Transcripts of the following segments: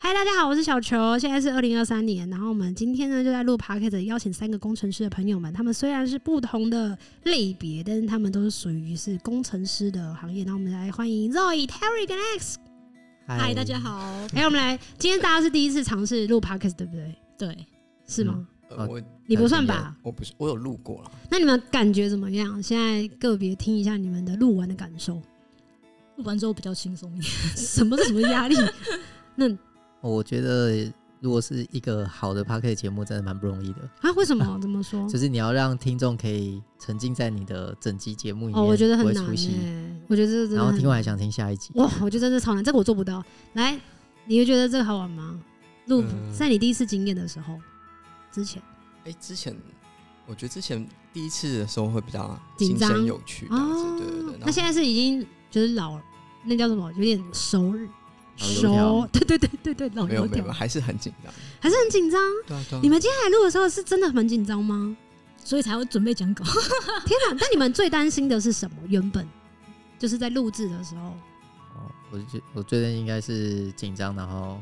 大家好，我是小球，现在是二零二三年，然后我们今天呢就在录 p o d c 邀请三个工程师的朋友们，他们虽然是不同的类别，但是他们都是属于是工程师的行业。那我们来欢迎 Zoe、Terry 跟 X。嗨，大家。好。哎、我们来，今天大家是第一次尝试录 p o d c a s 对不对？对，是吗？嗯呃我你不算呃吧？我不是，我有路过了，那你们感觉怎么样？现在个别听一下你们的录完的感受，录完之后比较轻松一点。 什么是什么压力？那哦我觉得如果是一个好的 p a r k e t 节目，真的蛮不容易的，啊，为什么怎么说？就是你要让听众可以沉浸在你的整集节目里面，哦，我觉得很不难会出哎、戏，我觉得这真的然后很听完还想听下一集。哇，我觉得真的超难，这个我做不到。来，你会觉得这个好玩吗？录、嗯在你第一次经验的时候之前哎、之前我觉得之前第一次的时候会比较紧新张鲜有趣这样子，对对对。然哦那后现在是已经就是老，那叫什么？有点熟油条熟，对对对对对，老没油有没有条没有，还是很紧张。还是很紧张。对啊对啊你们今天来录的时候是真的很紧张吗？所以才会准备讲稿。天哪！但你们最担心的是什么？原本就是在录制的时候，哦我觉我最近应该是紧张，然后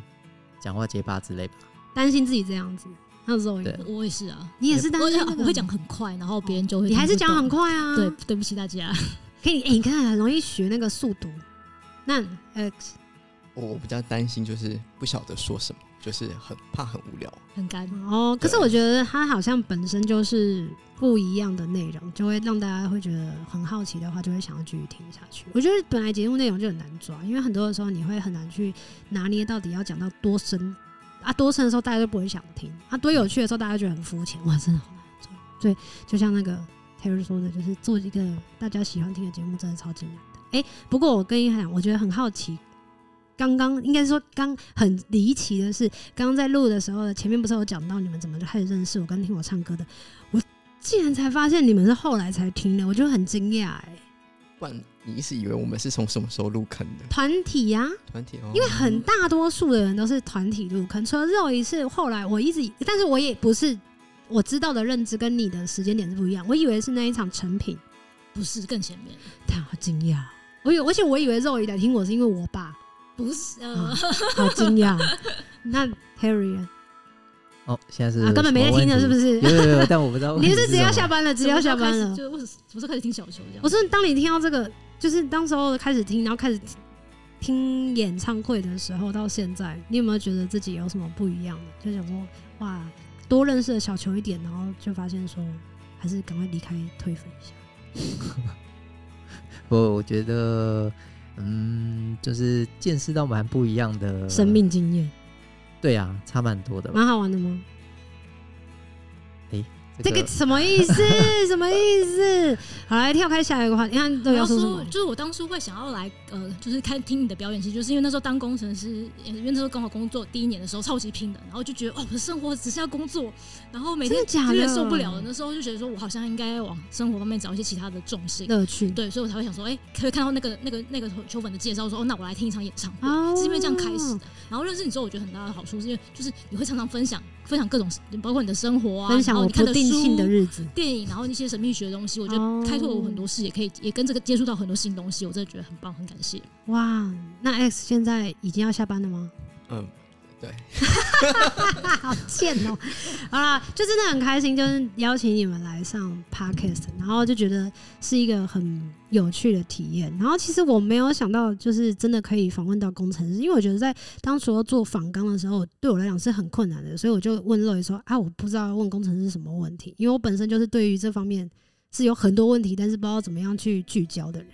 讲话结巴之类吧。担心自己这样子。那时候对我也是啊，你也是担我心、也那个我会讲很快，然后别人就会你还是讲很快。快啊？对，，对不起大家。可以。哎、你看很容易学那个速读。那呃，我我比较担心就是不晓得说什么，就是很怕很无聊。很干，哦，可是对我觉得它好像本身就是不一样的内容，就会让大家会觉得很好奇的话，就会想要继续听下去。我觉得本来节目内容就很难抓，因为很多的时候你会很难去拿捏到底要讲到多深啊，多深的时候大家就不会想听啊，多有趣的时候大家就觉得很肤浅，哇，真的好难做。对，就像那个 Terry 说的，就是做一个大家喜欢听的节目，真的超级难的。哎、不过我跟你讲，我觉得很好奇。刚刚应该是说刚很离奇的是，刚刚在录的时候，前面不是有讲到你们怎么就开始认识我跟听我唱歌的，我竟然才发现你们是后来才听的，我就很惊讶哎。不然你一直以为我们是从什么时候入坑的团体呀、团体哦？因为很大多数的人都是团体入坑，除了肉一次，后来我一直以，但是我也不是我知道的认知跟你的时间点是不一样，我以为是那一场成品，不是更前面，但好惊讶，我以为而且我以为肉一来听我是因为我爸，不是啊呃， 好惊讶。那 Harry 呢哦，现在是啊，根本没在听的，是不是？是？有有有，但我不知道 问你题是是不是只要什下么班了，只要下班了什么时候开始。就我什么时候开始听小球这样？我说，当你听到这个，就是当时候开始听，然后开始听演唱会的时候，到现在，你有没有觉得自己有什么不一样的？就想说，哇，多认识了小球一点，然后就发现说，还是赶快离开退粉一下。我我觉得，嗯，就是见识到蛮不一样的生。命经验对啊，差蛮多的吧。蛮好玩的吗？啊这个个什么意思？什么意思？好，来跳开下一个话题，你看都我要要说什说，么？就是我当初会想要来，呃，就是看听你的表演，其实就是因为那时候当工程师，呃因为那时候刚好工作第一年的时候超级拼的，然后就觉得哦，我的生活只剩下工作，然后每真天的假有的？点受不了了。那时候就觉得说，我好像应该往生活方面找一些其他的重心。乐趣。对，所以我才会想说，哎、可以看到那个那个那个球粉的介绍，说哦，那我来听一场演唱会，哦是因为这样开始的。然后认识你之后，我觉得很大的好处是因为就是你会常常分享分享各种，包括你的生活啊，分享然后我你看不的定性书的日子，电影，然后一些神秘学的东西，我觉哦得开拓了我很多视野，可以也跟这个接触到很多新东西，我真的觉得很棒，很感谢。哇！那 X 现在已经要下班了吗？嗯，对，好贱哦、 好啦，就真的很开心，就是邀请你们来上 podcast，然后就觉得是一个很有趣的体验。然后其实我没有想到，就是真的可以访问到工程师，因为我觉得在当初做访纲的时候，对我来讲是很困难的，所以我就问乐宇说：“啊，我不知道问工程师什么问题，因为我本身就是对于这方面是有很多问题，但是不知道怎么样去聚焦的人。”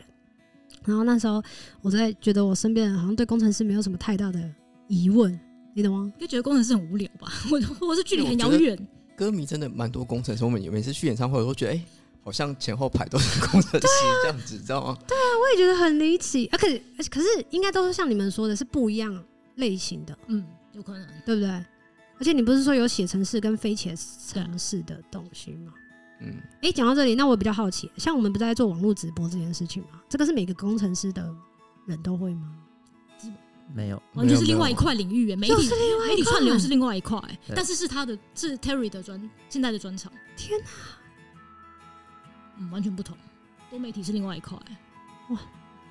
然后那时候我在觉得我身边人好像对工程师没有什么太大的疑问，你懂吗？应该觉得工程师很无聊吧？ 我我是距离很遥远，歌迷真的蛮多工程师，我们每次去演唱会，我都觉得哎、好像前后排都是工程师这样子，你知道吗？我也觉得很离奇，啊，可是而且可是应该都是像你们说的，是不一样类型的，嗯，有可能。对不对？而且你不是说有写程式跟非写程式的东西吗？嗯，诶，讲到这里，那我比较好奇，像我们不是在做网络直播这件事情吗？这个是每个工程师的人都会吗？没 有？完全是另外一块领域耶，媒体就是另外一块媒体串流是另外一块耶，对但是是他的是 Terry 的专现在的专场，天哪，嗯，完全不同。多媒体是另外一块耶，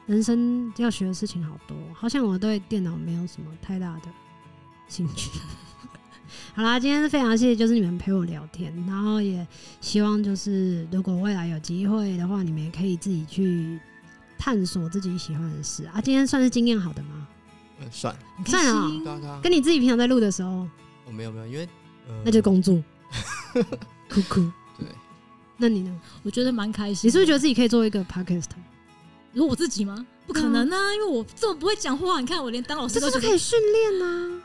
人生要学的事情好多，好像我对电脑没有什么太大的兴趣。 好啦，今天是非常谢谢，就是你们陪我聊天，然后也希望就是如果未来有机会的话，你们也可以自己去探索自己喜欢的事啊。今天算是经验好的吗？嗯，算，很开算啊心对啊对啊，跟你自己平常在录的时候，我没有没有，因为呃那就工 作，哭哭。对，那你呢？我觉得蛮开心。你是不是觉得自己可以做一个 podcast？如果我自己吗？不可能啊，因为我这么不会讲话，你看我连当老师这都就是觉可得，以训练呐。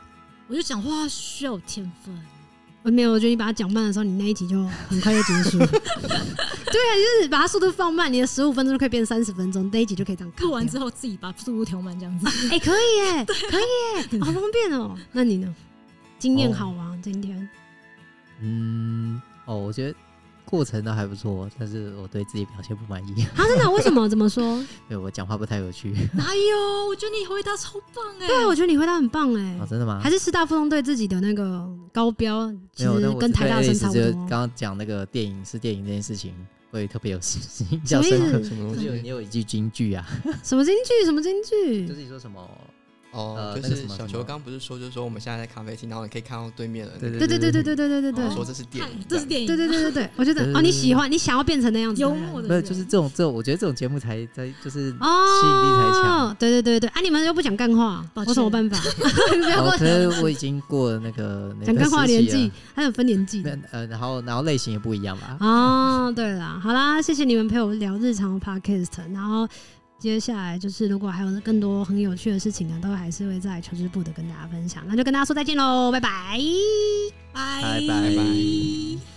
我就讲话需要有天分。呃没有，我觉得你把它讲慢的时候，你那一集就很快就结束了。对啊，就是把它速度放慢，你的十五分钟就可以变三十分钟，那一集就可以这样看。录完之后自己把速度调慢，这样子。哎、可以耶，可以耶，好方便哦、那你呢？经验好吗？今天嗯，哦，我觉得过程倒还不错，但是我对自己表现不满意， 啊，真的？为什么？怎么说？因为我讲话不太有趣。哪有？我觉得你回答超棒哎、对，我觉得你回答很棒哎、哦，真的吗还？是师大附中对自己的那个高标，其没有，但实我跟是台对大生差不就是多。刚刚讲那个电影是电影这件事情，会特别有印什象么意深刻。思？嗯什么就东是有也西？有一句京剧啊，什么京剧？什么京就剧？是你说什么？呃哦，那就个是什么小什球么刚不是说，就是说我们现在在咖啡厅，然后你可以看到对面的人，对对对对对对对对对我。说这是电影看，这是电影，对对对对对，我觉得哦，你喜欢，你想要变成那样子的幽人，默的人，没有，就是这种这种，我觉得这种节目才才 就是哦，吸引力才强。对对对对，啊，你们又不讲干话，抱我有歉什么 办法？你不要跟哦，我可是我已经过了那个那讲干话个的时年期了纪，还有分年纪的那。呃，然后然后类型也不一样吧。哦，对啦， 好啦，谢谢你们陪我聊日常的 podcast，然后。接下来就是，如果还有更多很有趣的事情啊呢，都还是会在求职部的跟大家分享。那就跟大家说再见喽，拜拜。拜拜拜